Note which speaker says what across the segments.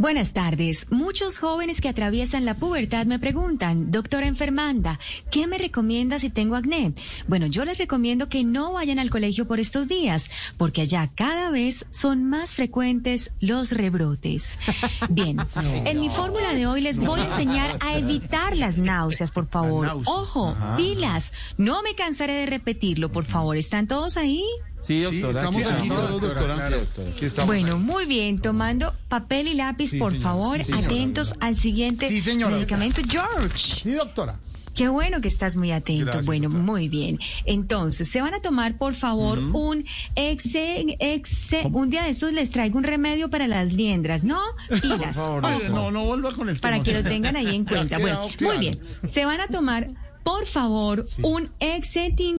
Speaker 1: Buenas tardes. Muchos jóvenes que atraviesan la pubertad me preguntan, doctora enfermanda, ¿qué me recomienda si tengo acné? Bueno, yo les recomiendo que no vayan al colegio por estos días, porque allá cada vez son más frecuentes los rebrotes. Bien, en mi fórmula de hoy les voy a enseñar a evitar las náuseas, por favor.
Speaker 2: náuseas,
Speaker 1: Ojo, pilas. No me cansaré de repetirlo, por favor. ¿Están todos ahí?
Speaker 3: Sí,
Speaker 2: Sí,
Speaker 3: doctora.
Speaker 2: estamos
Speaker 3: sí,
Speaker 2: aquí
Speaker 3: sí,
Speaker 2: todos,
Speaker 3: doctora,
Speaker 2: doctora.
Speaker 3: claro, doctora.
Speaker 2: Aquí estamos.
Speaker 1: Bueno, muy bien. Tomando papel y lápiz,
Speaker 2: Sí,
Speaker 1: por
Speaker 2: señora.
Speaker 1: favor.
Speaker 2: Sí, señora.
Speaker 1: Atentos al siguiente
Speaker 2: Sí, señora.
Speaker 1: medicamento, George.
Speaker 2: Sí, doctora.
Speaker 1: Qué bueno que estás muy atento.
Speaker 2: Gracias,
Speaker 1: bueno,
Speaker 2: doctora.
Speaker 1: muy bien. Entonces, se van a tomar, por favor, un exe, exe- un día de estos les traigo un remedio para las liendras, ¿no? Pilas.
Speaker 2: Ay, no, no vuelva con el tema.
Speaker 1: para que lo tengan ahí en
Speaker 2: Ya
Speaker 1: cuenta.
Speaker 2: quedado
Speaker 1: Bueno, muy
Speaker 2: claro.
Speaker 1: bien. Se van a tomar, por favor, un exetin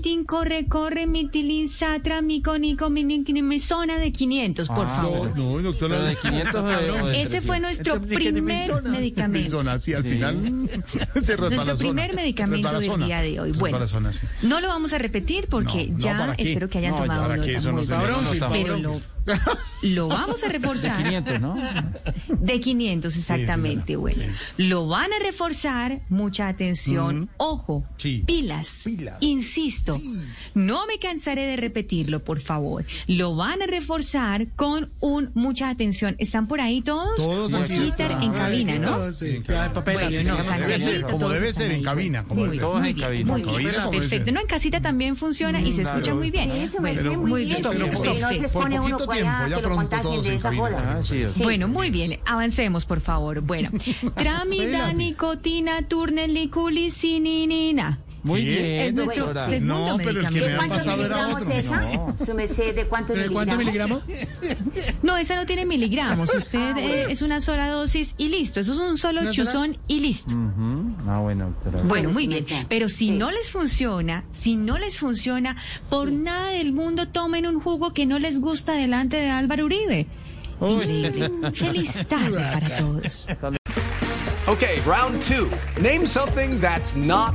Speaker 1: Tin, corre, corre, mi tilín, satra, mi conico, mi, mi, mi, mi zona de 500, por
Speaker 2: No,
Speaker 1: favor.
Speaker 2: no,
Speaker 3: Pero
Speaker 2: doctora.
Speaker 3: de 500 o de- o de
Speaker 1: Ese
Speaker 3: 300.
Speaker 1: fue nuestro
Speaker 2: Entonces, dije, dime
Speaker 1: primer
Speaker 2: zona. Mi
Speaker 1: medicamento.
Speaker 2: zona, sí, al final se resbaló.
Speaker 1: Nuestro primer
Speaker 2: Pues,
Speaker 1: medicamento del día de hoy. Bueno, no lo vamos a repetir porque ya espero que hayan tomado
Speaker 2: para
Speaker 1: nota.
Speaker 2: qué eso no
Speaker 1: Muy
Speaker 2: se
Speaker 1: bien.
Speaker 2: le-
Speaker 1: Pero
Speaker 2: no,
Speaker 3: Pero
Speaker 2: no,
Speaker 1: lo, lo vamos a reforzar.
Speaker 3: 500, ¿no?
Speaker 1: De 500, exactamente.
Speaker 2: señora.
Speaker 1: bueno, lo van a reforzar. Mucha atención. Ojo,
Speaker 2: Mm. Sí.
Speaker 1: pilas.
Speaker 2: Pilas.
Speaker 1: Insisto, no me cansaré de repetirlo, por favor. Lo van a reforzar con un. Mucha atención. ¿Están por ahí todos?
Speaker 2: Todos
Speaker 1: Un
Speaker 2: aquí.
Speaker 1: Twitter en cabina, ¿no?
Speaker 2: Todos, sí, claro, papel,
Speaker 1: Bueno,
Speaker 2: lápiz,
Speaker 1: no,
Speaker 2: como
Speaker 1: sacan
Speaker 2: debe ser,
Speaker 1: ahorita,
Speaker 2: como
Speaker 1: todos
Speaker 2: debe
Speaker 1: están
Speaker 2: ser en
Speaker 1: ahí.
Speaker 2: cabina, como
Speaker 1: Muy
Speaker 2: debe
Speaker 1: bien,
Speaker 2: ser.
Speaker 3: Todos en
Speaker 1: muy bien,
Speaker 3: cabina.
Speaker 1: muy bien.
Speaker 2: Cabina, como debe
Speaker 1: Perfecto.
Speaker 2: ser.
Speaker 1: No, en casita también funciona y se
Speaker 2: claro.
Speaker 1: escucha muy bien. ¿eh? Bueno,
Speaker 2: Pero
Speaker 1: muy bien.
Speaker 2: esto, pero
Speaker 1: perfecto.
Speaker 2: poquito- por poquito tiempo, ya pronto todos en cabina.
Speaker 3: Ah, sí, doctora.
Speaker 1: Bueno, muy bien, avancemos por favor. Bueno, trámida, nicotina, turneliculicininina.
Speaker 3: Muy
Speaker 2: ¿Qué?
Speaker 3: bien, Ah,
Speaker 1: Es nuestro
Speaker 3: doctora.
Speaker 1: segundo
Speaker 2: No, pero el que
Speaker 1: medicamento.
Speaker 2: me ha pasado era otro. No.
Speaker 4: ¿De cuánto miligramos?
Speaker 1: No, esa no tiene miligramos. Usted eh, es una sola dosis y listo. Eso es un solo chuzón y listo.
Speaker 3: Ujú. Ah, bueno, doctora.
Speaker 1: Bueno, muy bien. Pero si no les funciona, si no les funciona, por nada del mundo tomen un jugo que no les gusta delante de Álvaro Uribe. Increíble. Feliz tarde para todos.
Speaker 5: Okay, round two. Name something that's not